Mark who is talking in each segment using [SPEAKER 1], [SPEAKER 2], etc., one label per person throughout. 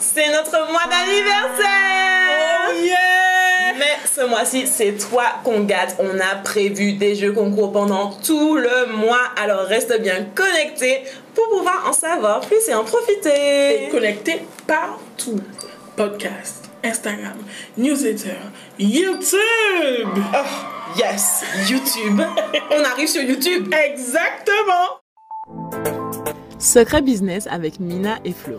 [SPEAKER 1] C'est notre mois d'anniversaire
[SPEAKER 2] Oh yeah
[SPEAKER 1] Mais ce mois-ci, c'est toi qu'on gâte. On a prévu des jeux concours pendant tout le mois, alors reste bien connecté pour pouvoir en savoir plus et en profiter.
[SPEAKER 2] Et connecté partout. Podcast, Instagram, newsletter, YouTube. Ah,
[SPEAKER 1] Oh, yes, YouTube. On arrive sur YouTube.
[SPEAKER 2] Exactement.
[SPEAKER 1] Secret Business avec Mina et Flo.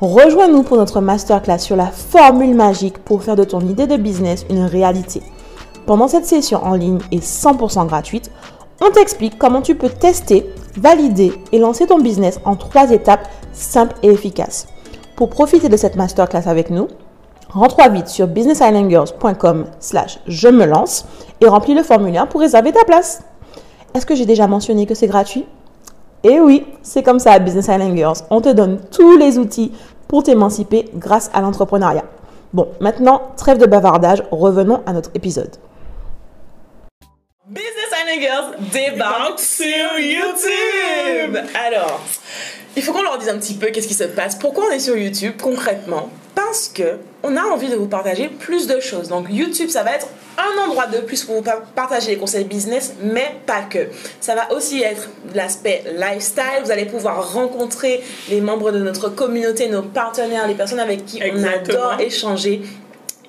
[SPEAKER 1] Rejoins-nous pour notre masterclass sur la formule magique pour faire de ton idée de business une réalité. Pendant cette session en ligne et 100% gratuite, on t'explique comment tu peux tester, valider et lancer ton business en trois étapes simples et efficaces. Pour profiter de cette masterclass avec nous, rentre vite sur businessislandgirls.com slash je me lance et remplis le formulaire pour réserver ta place. Est-ce que j'ai déjà mentionné que c'est gratuit et oui, c'est comme ça à Business Island Girls. On te donne tous les outils pour t'émanciper grâce à l'entrepreneuriat. Bon, maintenant, trêve de bavardage, revenons à notre épisode. Business Island Girls débarque sur YouTube. Alors, il faut qu'on leur dise un petit peu qu'est-ce qui se passe, pourquoi on est sur YouTube concrètement. Parce que on a envie de vous partager plus de choses. Donc YouTube, ça va être un endroit de plus pour vous par- partager les conseils business, mais pas que. Ça va aussi être l'aspect lifestyle. Vous allez pouvoir rencontrer les membres de notre communauté, nos partenaires, les personnes avec qui
[SPEAKER 2] Exactement.
[SPEAKER 1] on adore échanger.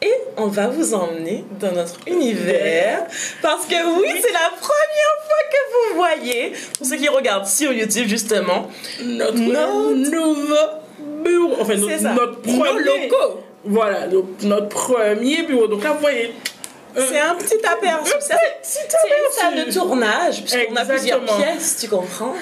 [SPEAKER 1] Et on va vous emmener dans notre univers parce que oui, c'est la première fois que vous voyez, pour ceux qui regardent sur YouTube justement,
[SPEAKER 2] Notre
[SPEAKER 1] Notre-
[SPEAKER 2] nouveau bureau. Enfin,
[SPEAKER 1] c'est
[SPEAKER 2] notre,
[SPEAKER 1] ça,
[SPEAKER 2] notre
[SPEAKER 1] nos
[SPEAKER 2] premier.
[SPEAKER 1] locaux.
[SPEAKER 2] Voilà, donc notre premier bureau. Donc là, vous voyez. euh,
[SPEAKER 1] C'est un petit aperçu. Ça, C'est c'est une salle de tournage, puisqu'on a plusieurs
[SPEAKER 2] Exactement.
[SPEAKER 1] pièces, tu comprends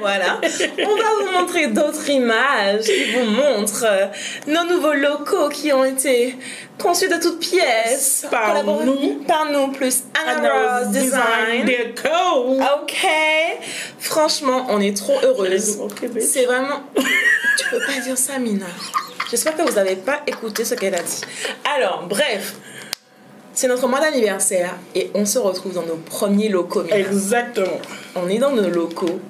[SPEAKER 1] Voilà. On va vous montrer d'autres images qui vous montrent euh, nos nouveaux locaux qui ont été conçus de toutes pièces.
[SPEAKER 2] Par
[SPEAKER 1] collaborés
[SPEAKER 2] nous.
[SPEAKER 1] Par nous, plus Anna Rose Design.
[SPEAKER 2] Déco.
[SPEAKER 1] Ah, Ok. Franchement, on est trop heureuse.
[SPEAKER 2] C'est
[SPEAKER 1] C'est vraiment. tu peux pas dire ça, Mina. J'espère que vous n'avez pas écouté ce qu'elle a dit. Alors, bref, c'est notre mois d'anniversaire et on se retrouve dans nos premiers locaux. Mina.
[SPEAKER 2] Exactement.
[SPEAKER 1] On est dans nos locaux.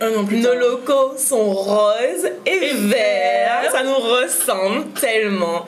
[SPEAKER 2] Un an plus
[SPEAKER 1] Nos
[SPEAKER 2] tard.
[SPEAKER 1] locaux sont roses et, verts.
[SPEAKER 2] verts.
[SPEAKER 1] Ça nous ressemble tellement.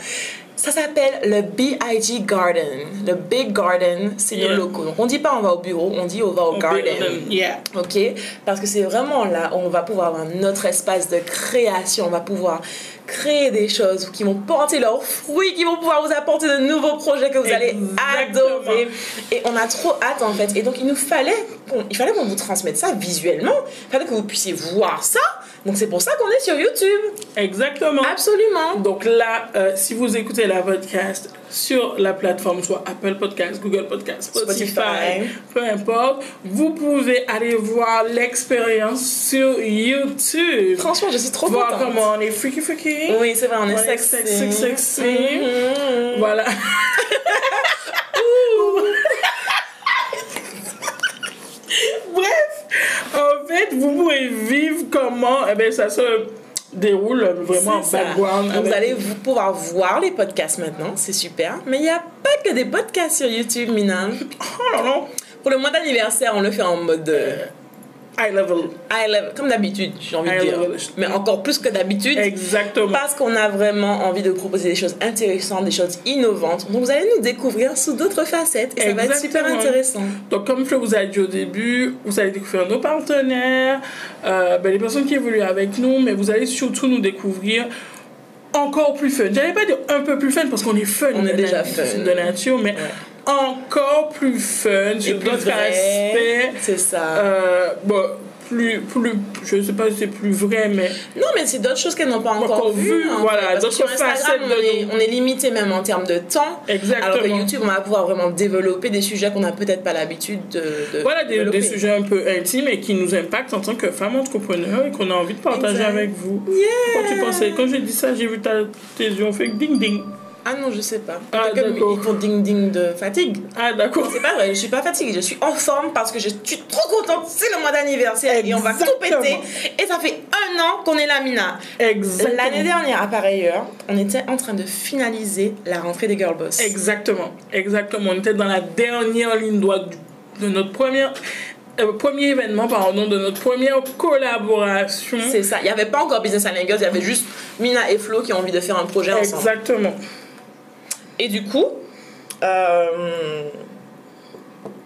[SPEAKER 1] Ça s'appelle le BIG Garden. Le Big Garden, c'est
[SPEAKER 2] Yeah.
[SPEAKER 1] nos locaux. Donc on dit pas on va au bureau, on dit on va au
[SPEAKER 2] On
[SPEAKER 1] garden.
[SPEAKER 2] build them. Yeah.
[SPEAKER 1] Ok, parce que c'est vraiment là où on va pouvoir avoir notre espace de création, on va pouvoir créer des choses qui vont porter leurs fruits, qui vont pouvoir vous apporter de nouveaux projets que vous allez
[SPEAKER 2] Exactement.
[SPEAKER 1] adorer. Et on a trop hâte en fait. Et donc il nous fallait, qu'on- il fallait qu'on vous transmette ça visuellement, il fallait que vous puissiez voir ça. Donc c'est pour ça qu'on est sur
[SPEAKER 2] Oh.
[SPEAKER 1] YouTube.
[SPEAKER 2] Exactement.
[SPEAKER 1] Ah Absolument.
[SPEAKER 2] Donc là, euh, si vous écoutez la podcast sur la plateforme, soit Apple Podcast, Google Podcast, Spotify,
[SPEAKER 1] Spotify.
[SPEAKER 2] peu importe, vous pouvez aller voir l'expérience sur YouTube.
[SPEAKER 1] Franchement, je suis trop
[SPEAKER 2] voir
[SPEAKER 1] contente.
[SPEAKER 2] comment on est freaky freaky.
[SPEAKER 1] Oui, c'est vrai, on est
[SPEAKER 2] On est
[SPEAKER 1] sexy.
[SPEAKER 2] sexy, sexy.
[SPEAKER 1] Mhm.
[SPEAKER 2] Voilà. Bref, en fait, vous pourrez vivre comment eh ben, ça se déroule vraiment ben, en
[SPEAKER 1] C'est ça. Donc,
[SPEAKER 2] background.
[SPEAKER 1] Vous
[SPEAKER 2] avec-
[SPEAKER 1] allez vous pouvoir voir les podcasts maintenant, c'est super. Mais il n'y a pas que des podcasts sur YouTube, Mina.
[SPEAKER 2] Oh non, non.
[SPEAKER 1] Pour le mois d'anniversaire, on le fait en mode euh,
[SPEAKER 2] high level.
[SPEAKER 1] high level, comme d'habitude, j'ai envie de
[SPEAKER 2] High
[SPEAKER 1] dire.
[SPEAKER 2] level.
[SPEAKER 1] Mais encore plus que d'habitude.
[SPEAKER 2] Exactement.
[SPEAKER 1] Parce qu'on a vraiment envie de proposer des choses intéressantes, des choses innovantes. Donc vous allez nous découvrir sous d'autres facettes et ça va être super
[SPEAKER 2] Exactement.
[SPEAKER 1] intéressant.
[SPEAKER 2] Donc, comme je vous ai dit au début, vous allez découvrir nos partenaires, euh, ben, les personnes qui évoluent avec nous, mais vous allez surtout nous découvrir encore plus fun. J'allais pas dire un peu plus fun parce qu'on est fun.
[SPEAKER 1] On est
[SPEAKER 2] de
[SPEAKER 1] déjà
[SPEAKER 2] nat-
[SPEAKER 1] fun.
[SPEAKER 2] De nature, mais encore plus fun sur
[SPEAKER 1] plus
[SPEAKER 2] d'autres
[SPEAKER 1] vrai.
[SPEAKER 2] aspects.
[SPEAKER 1] C'est ça.
[SPEAKER 2] Euh, bon, plus, plus, je sais pas si c'est plus vrai, mais
[SPEAKER 1] Non, mais c'est d'autres choses qu'elles n'ont pas encore
[SPEAKER 2] Encore
[SPEAKER 1] vues.
[SPEAKER 2] vues,
[SPEAKER 1] en fait.
[SPEAKER 2] voilà,
[SPEAKER 1] Parce que
[SPEAKER 2] d'autres
[SPEAKER 1] sur Instagram,
[SPEAKER 2] facettes
[SPEAKER 1] on
[SPEAKER 2] de
[SPEAKER 1] est,
[SPEAKER 2] nous.
[SPEAKER 1] on est limité même en termes de temps. Alors que
[SPEAKER 2] exactement.
[SPEAKER 1] YouTube, on va pouvoir vraiment développer des sujets qu'on n'a peut-être pas l'habitude de, de
[SPEAKER 2] Voilà des,
[SPEAKER 1] développer.
[SPEAKER 2] des sujets un peu intimes et qui nous impactent en tant que femmes entrepreneurs et qu'on a envie de partager
[SPEAKER 1] Exact.
[SPEAKER 2] avec vous.
[SPEAKER 1] Yeah.
[SPEAKER 2] Quand tu pensais, quand j'ai dit ça, j'ai vu ta, tes yeux, on fait ding ding.
[SPEAKER 1] Ah non, je sais pas.
[SPEAKER 2] Ah,
[SPEAKER 1] Peut-être que
[SPEAKER 2] d'accord.
[SPEAKER 1] ils font ding ding de fatigue.
[SPEAKER 2] Ah d'accord.
[SPEAKER 1] C'est pas vrai, je suis pas fatiguée, je suis en forme parce que je suis trop contente. C'est le mois d'anniversaire et on va tout
[SPEAKER 2] Exactement.
[SPEAKER 1] péter. Et ça fait un an qu'on est là, Mina.
[SPEAKER 2] Exactement.
[SPEAKER 1] L'année dernière, à pareille heure, on était en train de finaliser la rentrée des Girl Boss.
[SPEAKER 2] Exactement, exactement. On était dans la dernière ligne droite du- de notre première, euh, premier événement, pardon, de notre première collaboration.
[SPEAKER 1] C'est ça. Il n'y avait pas encore Business and Girls, il y avait juste Mina et Flo qui ont envie de faire un projet ensemble.
[SPEAKER 2] Exactement.
[SPEAKER 1] Et du coup, euh,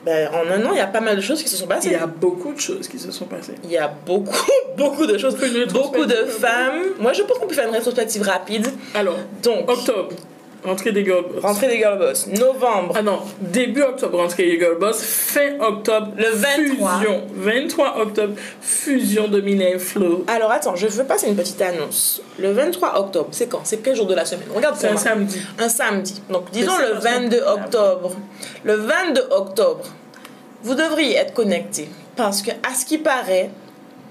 [SPEAKER 1] ben, en un an, il y a pas mal de choses qui se sont
[SPEAKER 2] Il
[SPEAKER 1] passées.
[SPEAKER 2] y a beaucoup de choses qui se sont passées.
[SPEAKER 1] Il y a beaucoup, beaucoup de choses.
[SPEAKER 2] Une
[SPEAKER 1] Beaucoup de
[SPEAKER 2] rétrospective.
[SPEAKER 1] femmes. Moi, je pense qu'on peut faire une rétrospective rapide.
[SPEAKER 2] Alors,
[SPEAKER 1] Donc,
[SPEAKER 2] octobre, rentrée des girl boss.
[SPEAKER 1] rentrée des Girl Boss, novembre.
[SPEAKER 2] Ah non, début octobre, rentrée des girl boss. Fin octobre,
[SPEAKER 1] Le 23.
[SPEAKER 2] Fusion, 23 octobre, fusion de Mina et Flo.
[SPEAKER 1] Alors, attends, je veux passer une petite annonce. Le 23 octobre, c'est quand C'est quel jour de la semaine Regarde
[SPEAKER 2] C'est
[SPEAKER 1] pour
[SPEAKER 2] un
[SPEAKER 1] moi.
[SPEAKER 2] samedi.
[SPEAKER 1] un samedi. Donc disons
[SPEAKER 2] c'est
[SPEAKER 1] le
[SPEAKER 2] pas ça.
[SPEAKER 1] 22 octobre. Le 22 octobre, vous devriez être connecté parce que à ce qui paraît,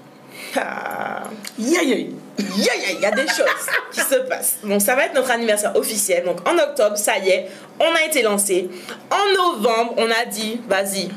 [SPEAKER 1] ah,
[SPEAKER 2] Yeah, yeah.
[SPEAKER 1] il y, a- il y a- il y a des choses qui se passent. Donc ça va être notre anniversaire officiel. Donc en octobre, ça y est, on a été lancé. En novembre, on a dit, vas-y.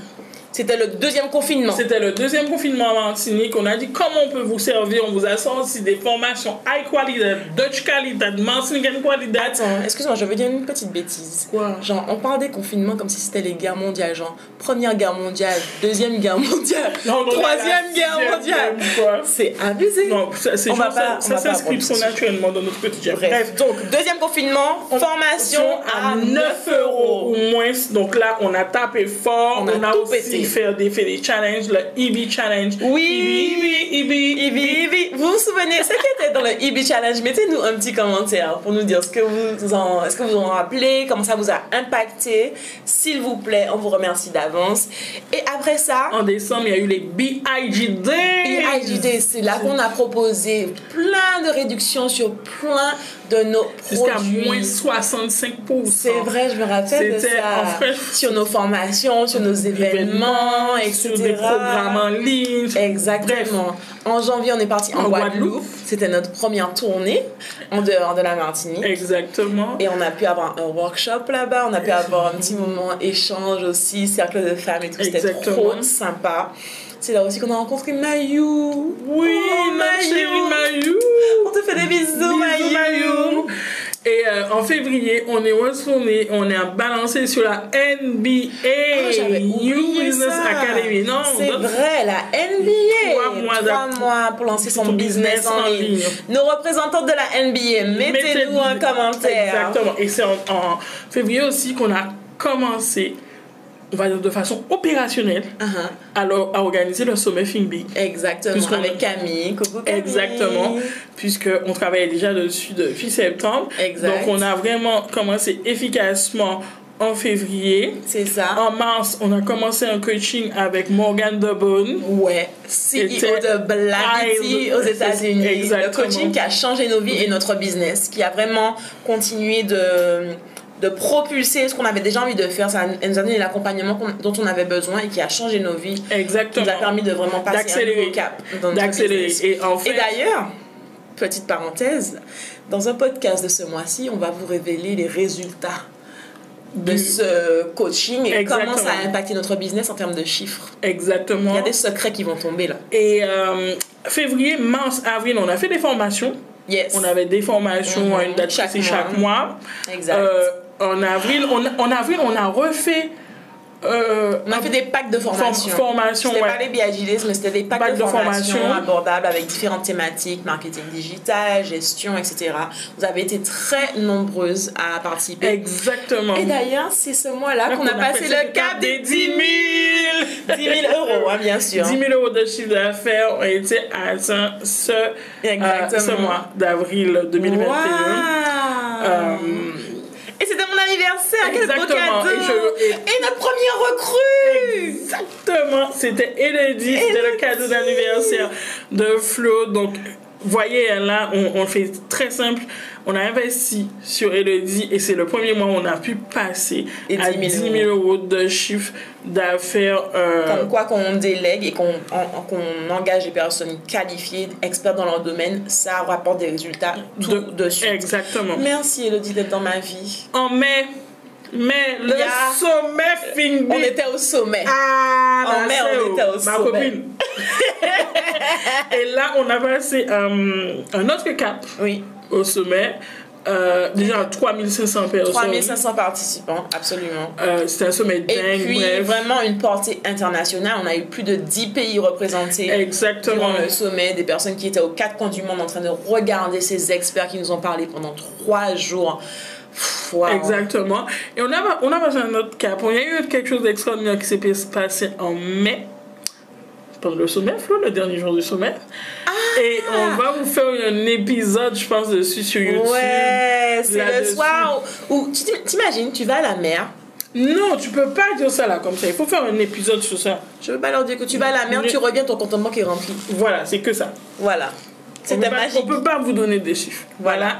[SPEAKER 1] C'était le deuxième confinement.
[SPEAKER 2] C'était le deuxième confinement à Martinique. On a dit comment on peut vous servir. On vous a sorti des formations high quality, Dutch quality, Martinican quality.
[SPEAKER 1] Attends, excuse-moi, je veux dire une petite bêtise.
[SPEAKER 2] Quoi
[SPEAKER 1] Genre, on parle des confinements comme si c'était les guerres mondiales, genre première guerre mondiale, deuxième guerre mondiale,
[SPEAKER 2] Non, non,
[SPEAKER 1] troisième
[SPEAKER 2] la
[SPEAKER 1] guerre
[SPEAKER 2] sixième
[SPEAKER 1] mondiale.
[SPEAKER 2] guerre, quoi.
[SPEAKER 1] C'est abusé.
[SPEAKER 2] Non, ça c'est
[SPEAKER 1] On va
[SPEAKER 2] genre, ça-
[SPEAKER 1] pas- on
[SPEAKER 2] ça
[SPEAKER 1] va pas
[SPEAKER 2] s'inscrit
[SPEAKER 1] aborder ce
[SPEAKER 2] trop
[SPEAKER 1] sujet.
[SPEAKER 2] naturellement dans notre quotidien.
[SPEAKER 1] Bref, donc deuxième confinement, formation à 9 euros.
[SPEAKER 2] au moins. Donc là, on a tapé fort.
[SPEAKER 1] On
[SPEAKER 2] On
[SPEAKER 1] a
[SPEAKER 2] a,
[SPEAKER 1] tout
[SPEAKER 2] aussi
[SPEAKER 1] pété.
[SPEAKER 2] Fait, des, fait des challenges, le EB challenge. E
[SPEAKER 1] Oui. E
[SPEAKER 2] EB, EB, EB.
[SPEAKER 1] Ibi, Ibi, vous vous souvenez, ceux qui étaient dans le Ibi Challenge, mettez-nous un petit commentaire pour nous dire ce que vous en, ce que vous en rappelez, comment ça vous a impacté. S'il vous plaît, on vous remercie d'avance. Et après ça,
[SPEAKER 2] En décembre, il y a eu les BIGD.
[SPEAKER 1] IJD, c'est là qu'on a proposé plein de réductions sur plein de nos
[SPEAKER 2] Jusqu'à
[SPEAKER 1] produits.
[SPEAKER 2] moins 65%.
[SPEAKER 1] C'est vrai, je me rappelle de
[SPEAKER 2] C'était
[SPEAKER 1] ça.
[SPEAKER 2] en fait-
[SPEAKER 1] Sur nos formations, sur nos événements, etc.
[SPEAKER 2] sur des programmes en ligne.
[SPEAKER 1] Exactement. En janvier, on est parti en,
[SPEAKER 2] En
[SPEAKER 1] Guadeloupe.
[SPEAKER 2] Guadeloupe.
[SPEAKER 1] C'était notre première tournée en dehors de la Martinique.
[SPEAKER 2] Exactement.
[SPEAKER 1] Et on a pu avoir un workshop là-bas, on a pu avoir un petit moment échange aussi, cercle de femmes et tout. C'était
[SPEAKER 2] Exactement.
[SPEAKER 1] trop sympa. C'est là aussi qu'on a rencontré Mayou.
[SPEAKER 2] Oui,
[SPEAKER 1] Oh,
[SPEAKER 2] ma
[SPEAKER 1] Mayou.
[SPEAKER 2] chérie Mayou.
[SPEAKER 1] On te fait des bisous,
[SPEAKER 2] Bisous,
[SPEAKER 1] Mayou.
[SPEAKER 2] Mayou. Et euh, en février, on est retourné, on est à balancer sur la NBA,
[SPEAKER 1] Ah, j'avais
[SPEAKER 2] New
[SPEAKER 1] oublié
[SPEAKER 2] Business
[SPEAKER 1] ça.
[SPEAKER 2] Academy. Non,
[SPEAKER 1] c'est
[SPEAKER 2] donc,
[SPEAKER 1] vrai, la NBA.
[SPEAKER 2] Trois mois
[SPEAKER 1] Trois
[SPEAKER 2] d'ac-
[SPEAKER 1] mois pour lancer son
[SPEAKER 2] Ton
[SPEAKER 1] business en ligne. Nos représentantes de la NBA, mettez-nous un commentaire.
[SPEAKER 2] Exactement. Et c'est en, en février aussi qu'on a commencé, on va dire de façon opérationnelle,
[SPEAKER 1] Uh-huh.
[SPEAKER 2] à, leur- à organiser le sommet Think Big.
[SPEAKER 1] Exactement.
[SPEAKER 2] Puisqu'on-
[SPEAKER 1] Avec Camille. Coucou Camille.
[SPEAKER 2] Exactement, puisque on travaillait déjà dessus depuis septembre.
[SPEAKER 1] Exact.
[SPEAKER 2] Donc on a vraiment commencé efficacement en février.
[SPEAKER 1] C'est ça.
[SPEAKER 2] En mars, on a commencé un coaching avec Morgan Debonne.
[SPEAKER 1] Ouais, CEO
[SPEAKER 2] Était-
[SPEAKER 1] de Blavity
[SPEAKER 2] Ah,
[SPEAKER 1] aux États-Unis. Le
[SPEAKER 2] exactement.
[SPEAKER 1] coaching qui a changé nos vies et notre business, qui a vraiment continué de, de propulser ce qu'on avait déjà envie de faire. Ça nous a donné l'accompagnement qu'on- dont on avait besoin et qui a changé nos vies. Qui
[SPEAKER 2] Exactement.
[SPEAKER 1] nous a permis de vraiment passer un
[SPEAKER 2] D'accélérer.
[SPEAKER 1] nouveau cap dans notre
[SPEAKER 2] D'accélérer.
[SPEAKER 1] business.
[SPEAKER 2] Et en
[SPEAKER 1] Et
[SPEAKER 2] fait,
[SPEAKER 1] d'ailleurs, petite parenthèse, dans un podcast de ce mois-ci, on va vous révéler les résultats de
[SPEAKER 2] Du-
[SPEAKER 1] ce coaching et
[SPEAKER 2] Exactement. Hein?
[SPEAKER 1] comment ça a impacté notre business en termes de chiffres. Il
[SPEAKER 2] exactement.
[SPEAKER 1] y a des secrets qui vont tomber là.
[SPEAKER 2] Et euh, février, mars, avril, on a fait des formations.
[SPEAKER 1] Yes.
[SPEAKER 2] On avait des formations
[SPEAKER 1] Mhm.
[SPEAKER 2] à une date
[SPEAKER 1] Chaque
[SPEAKER 2] chaque,
[SPEAKER 1] mois.
[SPEAKER 2] chaque mois.
[SPEAKER 1] Exact.
[SPEAKER 2] Euh, en avril, on, en avril, on a refait euh,
[SPEAKER 1] On a fait des packs de formation.
[SPEAKER 2] formation,
[SPEAKER 1] C'était
[SPEAKER 2] ouais.
[SPEAKER 1] pas les BIGDs, mais c'était des packs
[SPEAKER 2] Packs
[SPEAKER 1] de,
[SPEAKER 2] de
[SPEAKER 1] formation,
[SPEAKER 2] formation.
[SPEAKER 1] abordables avec différentes thématiques, marketing digital, gestion, etc. Vous avez été très nombreuses à participer.
[SPEAKER 2] Exactement.
[SPEAKER 1] Et d'ailleurs, c'est ce mois-là
[SPEAKER 2] Là
[SPEAKER 1] qu'on a passé le cap des 10 000, 10 000 euros, hein, bien sûr.
[SPEAKER 2] 10 000 euros de chiffre d'affaires ont été atteints ce, euh,
[SPEAKER 1] Exactement.
[SPEAKER 2] ce mois d'avril 2021.
[SPEAKER 1] Waouh.
[SPEAKER 2] Euh,
[SPEAKER 1] Et c'était mon anniversaire, quel beau
[SPEAKER 2] Exactement.
[SPEAKER 1] cadeau
[SPEAKER 2] Et je- et-
[SPEAKER 1] Et notre première recrue
[SPEAKER 2] Exactement, c'était Elodie, c'était le
[SPEAKER 1] Elodie.
[SPEAKER 2] cadeau d'anniversaire de Flo. Donc, voyez, là, on, on fait très simple. On a investi sur Elodie et c'est le premier mois où on a pu passer
[SPEAKER 1] Et
[SPEAKER 2] à
[SPEAKER 1] 10
[SPEAKER 2] 10
[SPEAKER 1] 000
[SPEAKER 2] 000 euros de chiffre d'affaires. euh,
[SPEAKER 1] Comme quoi qu'on délègue et qu'on en- en- qu'on engage des personnes qualifiées, expertes dans leur domaine, ça rapporte des résultats tout de, suite.
[SPEAKER 2] Exactement.
[SPEAKER 1] Merci Elodie d'être dans ma vie.
[SPEAKER 2] En mai, mai, le
[SPEAKER 1] Yeah.
[SPEAKER 2] sommet Finbi.
[SPEAKER 1] On était au sommet.
[SPEAKER 2] Ah,
[SPEAKER 1] En
[SPEAKER 2] bah,
[SPEAKER 1] mai,
[SPEAKER 2] c'est
[SPEAKER 1] on
[SPEAKER 2] où
[SPEAKER 1] était au
[SPEAKER 2] Ma
[SPEAKER 1] sommet.
[SPEAKER 2] copine. Et là, on a passé euh, un autre cap.
[SPEAKER 1] Oui,
[SPEAKER 2] au sommet. Euh, déjà 3500 personnes.
[SPEAKER 1] 3500 participants, absolument.
[SPEAKER 2] Euh, C'était un sommet
[SPEAKER 1] Et
[SPEAKER 2] dingue,
[SPEAKER 1] puis
[SPEAKER 2] bref.
[SPEAKER 1] vraiment une portée internationale. On a eu plus de 10 pays représentés.
[SPEAKER 2] Exactement.
[SPEAKER 1] durant le sommet, des personnes qui étaient aux quatre coins du monde en train de regarder ces experts qui nous ont parlé pendant trois jours. Pff, waouh.
[SPEAKER 2] Exactement. Et on a, on a passé un autre cap. Il y a eu quelque chose d'extraordinaire qui s'est passé en mai. Pendant le sommet, Flo, le dernier jour du sommet.
[SPEAKER 1] Ah!
[SPEAKER 2] Et on va vous faire un épisode, je pense, dessus sur YouTube.
[SPEAKER 1] Ouais, c'est le
[SPEAKER 2] là-dessus.
[SPEAKER 1] soir où, où tu t'im- t'imagines, tu vas à la mer.
[SPEAKER 2] Non, tu peux pas dire ça là comme ça. Il faut faire un épisode sur ça.
[SPEAKER 1] Je veux pas leur dire que tu vas à la mer,
[SPEAKER 2] Mais-
[SPEAKER 1] tu reviens, ton compte en banque est rempli.
[SPEAKER 2] Voilà, c'est que ça.
[SPEAKER 1] Voilà.
[SPEAKER 2] On peut
[SPEAKER 1] C'était
[SPEAKER 2] pas-
[SPEAKER 1] magique.
[SPEAKER 2] On peut pas vous donner des chiffres. voilà.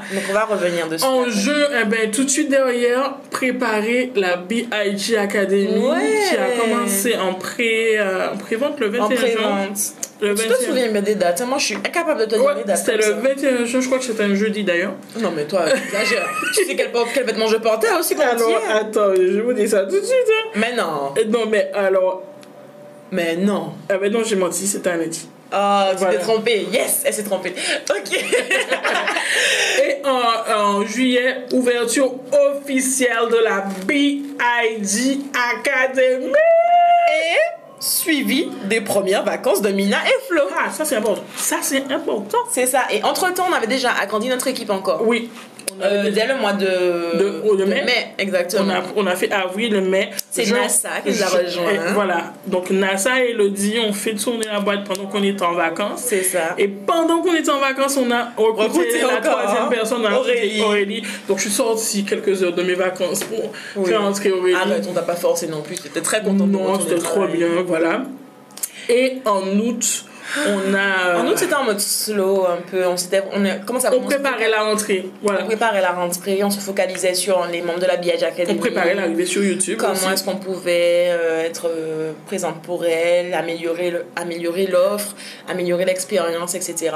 [SPEAKER 1] Voilà. Donc on va revenir dessus.
[SPEAKER 2] En
[SPEAKER 1] après.
[SPEAKER 2] jeu, eh ben, tout de suite derrière, préparer la BIG Academy
[SPEAKER 1] Ouais.
[SPEAKER 2] qui a commencé en pré, euh, en pré-vente le
[SPEAKER 1] En
[SPEAKER 2] 21 juin.
[SPEAKER 1] prévente.
[SPEAKER 2] Le
[SPEAKER 1] Tu
[SPEAKER 2] 21.
[SPEAKER 1] te souviens bien des dates hein. Moi, je suis incapable de te
[SPEAKER 2] Ouais,
[SPEAKER 1] donner des dates.
[SPEAKER 2] c'était
[SPEAKER 1] comme
[SPEAKER 2] le
[SPEAKER 1] ça.
[SPEAKER 2] 21 juin, je crois que c'était un jeudi d'ailleurs.
[SPEAKER 1] Non, mais toi, exagère. tu sais quel, quel vêtement je portais hein, aussi
[SPEAKER 2] Ah,
[SPEAKER 1] quand on y est.
[SPEAKER 2] attends, je vous dis ça tout de suite. hein.
[SPEAKER 1] Mais non.
[SPEAKER 2] Et Non, mais alors,
[SPEAKER 1] Mais non.
[SPEAKER 2] ah ben non, j'ai menti, c'était un lundi.
[SPEAKER 1] Ah, tu
[SPEAKER 2] Voilà.
[SPEAKER 1] t'es trompée. Yes, elle s'est trompée. Ok.
[SPEAKER 2] Et en, en juillet, ouverture officielle de la BIG Academy.
[SPEAKER 1] Et suivi des premières vacances de Mina et Flo.
[SPEAKER 2] Ah, ça c'est important. Ça c'est important.
[SPEAKER 1] C'est ça. Et entre-temps, on avait déjà agrandi notre équipe encore.
[SPEAKER 2] Oui. On avait
[SPEAKER 1] Euh,
[SPEAKER 2] des-
[SPEAKER 1] dès le mois de,
[SPEAKER 2] De- au- de mai.
[SPEAKER 1] exactement.
[SPEAKER 2] On a, on a fait avril, mai.
[SPEAKER 1] C'est
[SPEAKER 2] Je-
[SPEAKER 1] Nassa qui nous a
[SPEAKER 2] je-
[SPEAKER 1] rejoint. hein.
[SPEAKER 2] et Voilà. Donc Nassa et Elodie ont fait tourner la boîte pendant qu'on était en vacances.
[SPEAKER 1] C'est ça.
[SPEAKER 2] Et pendant qu'on était en vacances, on a recruté
[SPEAKER 1] Recruté
[SPEAKER 2] la
[SPEAKER 1] encore,
[SPEAKER 2] troisième
[SPEAKER 1] hein.
[SPEAKER 2] personne, on a recruté
[SPEAKER 1] Aurélie.
[SPEAKER 2] Aurélie. Donc je suis sortie quelques heures de mes vacances pour
[SPEAKER 1] Oui.
[SPEAKER 2] faire entrer Aurélie.
[SPEAKER 1] Arrête, Ah, on t'a pas forcé non plus. T'étais très contente. de
[SPEAKER 2] non,
[SPEAKER 1] retourner
[SPEAKER 2] c'était trop
[SPEAKER 1] travailler.
[SPEAKER 2] bien, voilà. Et en août, on a.
[SPEAKER 1] En août, c'était en mode slow un peu. On s'était, on a, comment ça
[SPEAKER 2] on
[SPEAKER 1] commence
[SPEAKER 2] préparait la rentrée. Voilà.
[SPEAKER 1] On préparait la rentrée. On se focalisait sur les membres de la BIAJ Academy.
[SPEAKER 2] On préparait l'arrivée sur YouTube. aussi.
[SPEAKER 1] Comment est-ce qu'on pouvait euh, être euh, présente pour elle, améliorer le- améliorer l'offre, améliorer l'expérience, etc.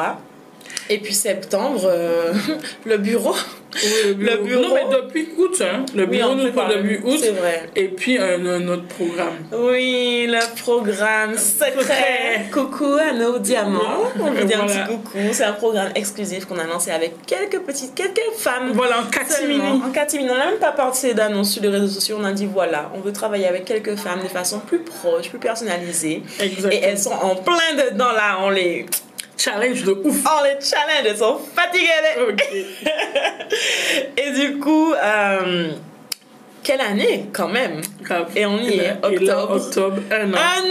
[SPEAKER 1] Et puis septembre, euh, le bureau.
[SPEAKER 2] Oui, le, bureau.
[SPEAKER 1] bureau.
[SPEAKER 2] Non, mais depuis août, hein. Le bureau
[SPEAKER 1] on
[SPEAKER 2] nous parle depuis août.
[SPEAKER 1] C'est vrai.
[SPEAKER 2] Et puis un, un autre programme.
[SPEAKER 1] Oui, le programme Euh, secret.
[SPEAKER 2] Secret.
[SPEAKER 1] Coucou à nos diamants. On vous dit un
[SPEAKER 2] Voilà.
[SPEAKER 1] petit coucou. C'est un programme exclusif qu'on a lancé avec quelques petites, quelques femmes.
[SPEAKER 2] Voilà, en
[SPEAKER 1] Seulement,
[SPEAKER 2] catimini.
[SPEAKER 1] En catimini, on n'a même pas parti d'annonce sur les réseaux sociaux. On a dit voilà, on veut travailler avec quelques femmes de façon plus proche, plus personnalisée. Et
[SPEAKER 2] Exactement.
[SPEAKER 1] elles sont en plein dedans là, on les,
[SPEAKER 2] Challenge de ouf.
[SPEAKER 1] on les challenge, elles sont fatiguées. les-
[SPEAKER 2] Ok.
[SPEAKER 1] Et du coup, euh, quelle année quand même
[SPEAKER 2] Grave.
[SPEAKER 1] Et on y est,
[SPEAKER 2] là- et là,
[SPEAKER 1] octobre.
[SPEAKER 2] octobre, un an.
[SPEAKER 1] Un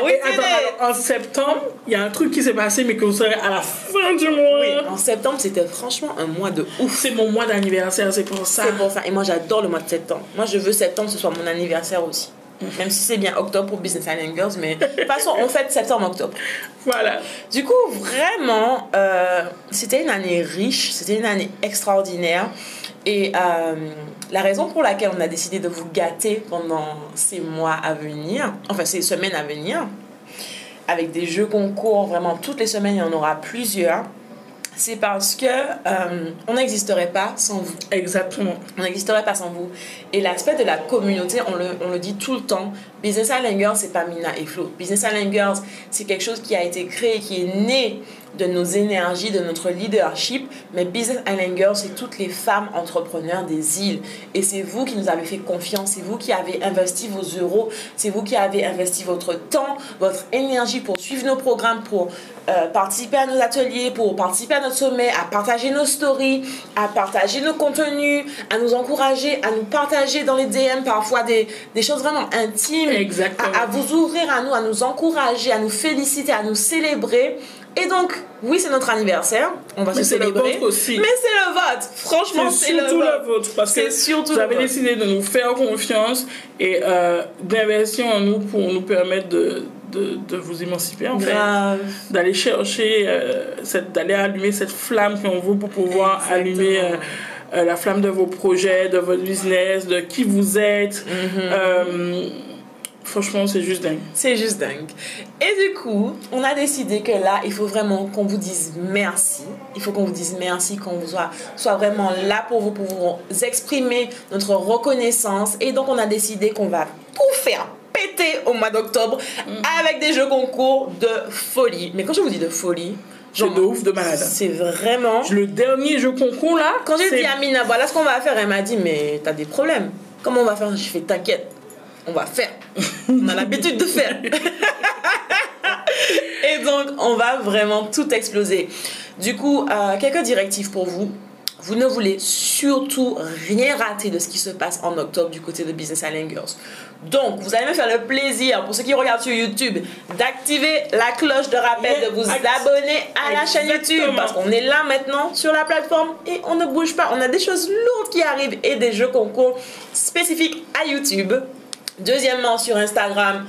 [SPEAKER 1] an Oui,
[SPEAKER 2] Et
[SPEAKER 1] c'est
[SPEAKER 2] attends,
[SPEAKER 1] vrai.
[SPEAKER 2] alors, en septembre, il y a un truc qui s'est passé, mais que vous saurez à la fin du mois.
[SPEAKER 1] Oui, en septembre, c'était franchement un mois de ouf.
[SPEAKER 2] C'est mon mois d'anniversaire, c'est pour ça.
[SPEAKER 1] C'est pour ça. Et moi, j'adore le mois de septembre. Moi, je veux septembre, ce soit mon anniversaire aussi. Même si c'est bien octobre pour Business and Girls, mais de toute façon, on fête septembre-octobre.
[SPEAKER 2] Voilà.
[SPEAKER 1] Du coup, vraiment, euh, c'était une année riche, c'était une année extraordinaire. Et euh, la raison pour laquelle on a décidé de vous gâter pendant ces mois à venir, enfin ces semaines à venir, avec des jeux concours, vraiment toutes les semaines, il y en aura plusieurs, c'est parce que euh, on n'existerait pas sans vous.
[SPEAKER 2] Exactement.
[SPEAKER 1] On n'existerait pas sans vous. Et l'aspect de la communauté, on le, on le dit tout le temps, Business Island Girls, c'est pas Mina et Flo. Business Island Girls, c'est quelque chose qui a été créé, qui est né de nos énergies, de notre leadership. Mais Business Island Girls, c'est toutes les femmes entrepreneurs des îles. Et c'est vous qui nous avez fait confiance, c'est vous qui avez investi vos euros, c'est vous qui avez investi votre temps, votre énergie pour suivre nos programmes, pour euh, participer à nos ateliers, pour participer à notre sommet, à partager nos stories, à partager nos contenus, à nous encourager, à nous partager dans les DM parfois des, des choses vraiment intimes,
[SPEAKER 2] Exactement.
[SPEAKER 1] à, à vous ouvrir à nous, à nous encourager, à nous féliciter, à nous célébrer. Et donc, oui, c'est notre anniversaire, on va
[SPEAKER 2] Mais
[SPEAKER 1] se
[SPEAKER 2] c'est le
[SPEAKER 1] célébrer.
[SPEAKER 2] vôtre aussi.
[SPEAKER 1] Mais c'est le vote, franchement,
[SPEAKER 2] C'est
[SPEAKER 1] c'est le
[SPEAKER 2] surtout
[SPEAKER 1] vote.
[SPEAKER 2] le vôtre parce que
[SPEAKER 1] C'est surtout
[SPEAKER 2] vous
[SPEAKER 1] le
[SPEAKER 2] avez
[SPEAKER 1] vôtre.
[SPEAKER 2] décidé de nous faire confiance et euh, d'investir en nous pour nous permettre de, de, de vous émanciper en fait.
[SPEAKER 1] Grave.
[SPEAKER 2] d'aller chercher, euh, cette- d'aller allumer cette flamme qui en vous pour pouvoir
[SPEAKER 1] Exactement.
[SPEAKER 2] allumer euh, euh, la flamme de vos projets, de votre business, de qui vous êtes.
[SPEAKER 1] Mhm.
[SPEAKER 2] Euh, franchement, c'est juste dingue.
[SPEAKER 1] C'est juste dingue. Et du coup, on a décidé que là, il faut vraiment qu'on vous dise merci. Il faut qu'on vous dise merci, qu'on vous soit, soit vraiment là pour vous, pour vous exprimer notre reconnaissance. Et donc, on a décidé qu'on va tout faire péter au mois d'octobre
[SPEAKER 2] Mm.
[SPEAKER 1] avec des jeux concours de folie. Mais quand je vous dis de folie,
[SPEAKER 2] J'ai de ouf de malade.
[SPEAKER 1] C'est vraiment...
[SPEAKER 2] Le dernier jeu concours là,
[SPEAKER 1] Quand j'ai
[SPEAKER 2] c'est-
[SPEAKER 1] dit à Mina, voilà ce qu'on va faire, elle m'a dit, mais t'as des problèmes. Comment on va faire Je fais, t'inquiète, on va faire. On a l'habitude de faire. Et donc, on va vraiment tout exploser. Du coup, euh, quelques directives pour vous. Vous ne voulez surtout rien rater de ce qui se passe en octobre du côté de Business Island Girls. Donc, vous allez me faire le plaisir, pour ceux qui regardent sur YouTube, d'activer la cloche de rappel,
[SPEAKER 2] Yeah,
[SPEAKER 1] de vous
[SPEAKER 2] act-
[SPEAKER 1] abonner à la chaîne YouTube.
[SPEAKER 2] Exactement.
[SPEAKER 1] Parce qu'on est là maintenant sur la plateforme et on ne bouge pas. On a des choses lourdes qui arrivent et des jeux concours spécifiques à YouTube. Deuxièmement, sur Instagram,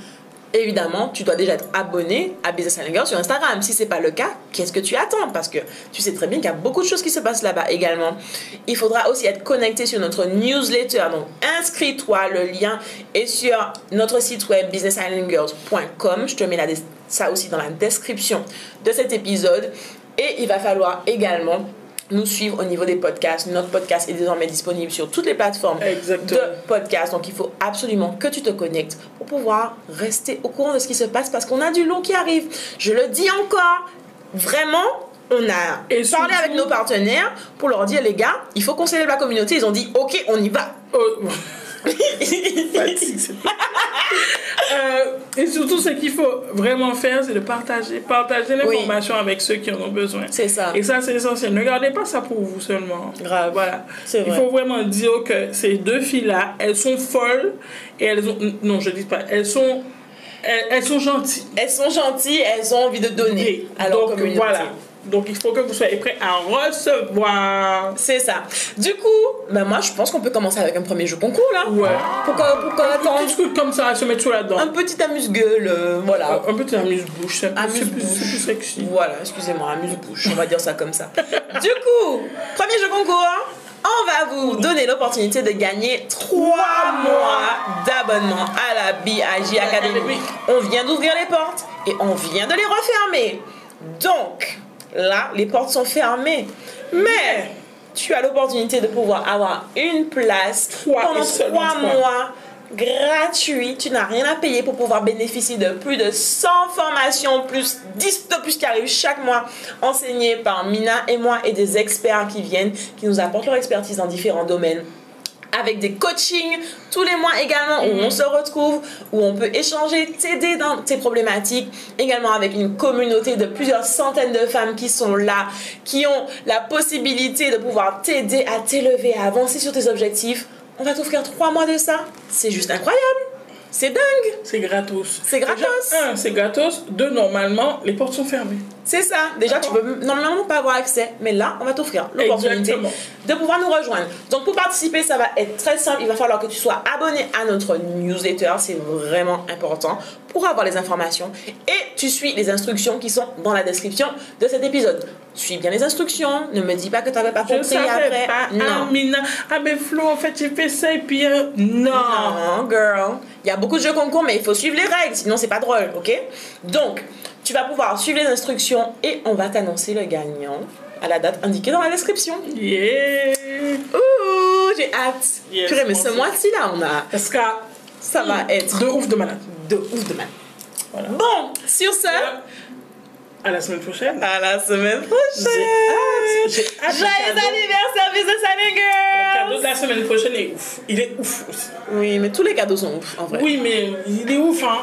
[SPEAKER 1] évidemment, tu dois déjà être abonné à Business Island Girls sur Instagram. Si c'est pas le cas, qu'est-ce que tu attends Parce que tu sais très bien qu'il y a beaucoup de choses qui se passent là-bas également. Il faudra aussi être connecté sur notre newsletter. Donc, inscris-toi, le lien est sur notre site web businessislandgirls.com. Je te mets la des- ça aussi dans la description de cet épisode. Et il va falloir également nous suivre au niveau des podcasts. Notre podcast est désormais disponible sur toutes les plateformes
[SPEAKER 2] Exactement.
[SPEAKER 1] de podcast. Donc il faut absolument que tu te connectes pour pouvoir rester au courant de ce qui se passe parce qu'on a du long qui arrive. Je le dis encore, vraiment. On a
[SPEAKER 2] Et
[SPEAKER 1] parlé
[SPEAKER 2] surtout-
[SPEAKER 1] avec nos partenaires pour leur dire, les gars, il faut qu'on célèbre la communauté. Ils ont dit, ok, on y va.
[SPEAKER 2] Oh, fatigue, c'est- Euh, et surtout, ce qu'il faut vraiment faire, c'est de partager, partager l'information avec ceux qui en ont besoin.
[SPEAKER 1] C'est ça.
[SPEAKER 2] Et ça, c'est essentiel. Ne gardez pas ça pour vous seulement.
[SPEAKER 1] Grave.
[SPEAKER 2] Voilà.
[SPEAKER 1] C'est
[SPEAKER 2] Il
[SPEAKER 1] vrai.
[SPEAKER 2] faut vraiment dire que ces deux filles-là, elles sont folles et elles ont. Non, je dis pas. Elles sont. Elles, elles sont gentilles.
[SPEAKER 1] Elles sont gentilles, elles ont envie de donner à leur
[SPEAKER 2] Donc,
[SPEAKER 1] communauté.
[SPEAKER 2] voilà. Donc, il faut que vous soyez prêts à recevoir.
[SPEAKER 1] C'est ça. Du coup, ben moi, je pense qu'on peut commencer avec un premier jeu concours, là.
[SPEAKER 2] Ouais.
[SPEAKER 1] Pourquoi, pourquoi
[SPEAKER 2] Un
[SPEAKER 1] attendre
[SPEAKER 2] petit truc comme ça, à se mettre sous la dent.
[SPEAKER 1] Ah. Un petit amuse-gueule, euh, voilà.
[SPEAKER 2] Un peu amuse-bouche. C'est plus, c'est plus
[SPEAKER 1] Amuse-bouche.
[SPEAKER 2] c'est plus sexy.
[SPEAKER 1] Voilà, excusez-moi, amuse-bouche, on va dire ça comme ça. du coup, premier jeu concours, on va vous donner l'opportunité de gagner 3 mois d'abonnement à la BIJ Academy. On vient d'ouvrir les portes et on vient de les refermer. Donc, là, les portes sont fermées. Mais tu as l'opportunité de pouvoir avoir une place
[SPEAKER 2] Trois et
[SPEAKER 1] pendant
[SPEAKER 2] seulement
[SPEAKER 1] 3
[SPEAKER 2] trois.
[SPEAKER 1] mois mois gratuit. Tu n'as rien à payer pour pouvoir bénéficier de plus de 100 formations, plus 10 de plus qui arrivent chaque mois, enseignées par Mina et moi et des experts qui viennent, qui nous apportent leur expertise dans différents domaines. Avec des coachings tous les mois également, où on se retrouve, où on peut échanger, t'aider dans tes problématiques. Également avec une communauté de plusieurs centaines de femmes qui sont là, qui ont la possibilité de pouvoir t'aider à t'élever, à avancer sur tes objectifs. On va t'offrir trois mois de ça. C'est juste incroyable. C'est dingue.
[SPEAKER 2] C'est gratos.
[SPEAKER 1] C'est gratos.
[SPEAKER 2] Déjà, un, c'est gratos. Deux, normalement, les portes sont fermées.
[SPEAKER 1] C'est ça. Déjà, tu peux normalement pas avoir accès, mais là, on va t'offrir l'opportunité
[SPEAKER 2] Exactement.
[SPEAKER 1] de pouvoir nous rejoindre. Donc, pour participer, ça va être très simple. Il va falloir que tu sois abonné à notre newsletter. C'est vraiment important pour avoir les informations. Et tu suis les instructions qui sont dans la description de cet épisode. Suis bien les instructions. Ne me dis pas que tu n'avais pas
[SPEAKER 2] Je ne
[SPEAKER 1] compris
[SPEAKER 2] savais
[SPEAKER 1] après.
[SPEAKER 2] pas. Ah,
[SPEAKER 1] non.
[SPEAKER 2] Mina. Ah, mais Flo, en fait, j'ai fait ça et puis. euh, non.
[SPEAKER 1] Non, girl. Il y a beaucoup de jeux concours, mais il faut suivre les règles, sinon c'est pas drôle, ok Donc, tu vas pouvoir suivre les instructions et on va t'annoncer le gagnant à la date indiquée dans la description.
[SPEAKER 2] Yeah.
[SPEAKER 1] Ouh, j'ai hâte.
[SPEAKER 2] Yes,
[SPEAKER 1] Purée, mais
[SPEAKER 2] moi
[SPEAKER 1] ce
[SPEAKER 2] aussi.
[SPEAKER 1] mois-ci là, on a,
[SPEAKER 2] Parce que.
[SPEAKER 1] ça va être
[SPEAKER 2] De ouf de malade.
[SPEAKER 1] de ouf demain.
[SPEAKER 2] Voilà.
[SPEAKER 1] Bon, sur ce,
[SPEAKER 2] Voilà. À la semaine prochaine.
[SPEAKER 1] À la semaine prochaine.
[SPEAKER 2] J'ai hâte
[SPEAKER 1] Ah, Joyeux
[SPEAKER 2] du cadeau.
[SPEAKER 1] anniversaire, Business Alley
[SPEAKER 2] Le
[SPEAKER 1] Girls.
[SPEAKER 2] cadeau de la semaine prochaine est ouf. Il est ouf aussi.
[SPEAKER 1] Oui, mais tous les cadeaux sont ouf en vrai.
[SPEAKER 2] Oui, mais il est ouf, hein.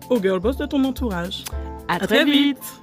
[SPEAKER 2] au girl boss de ton entourage.
[SPEAKER 3] À,
[SPEAKER 2] À très vite.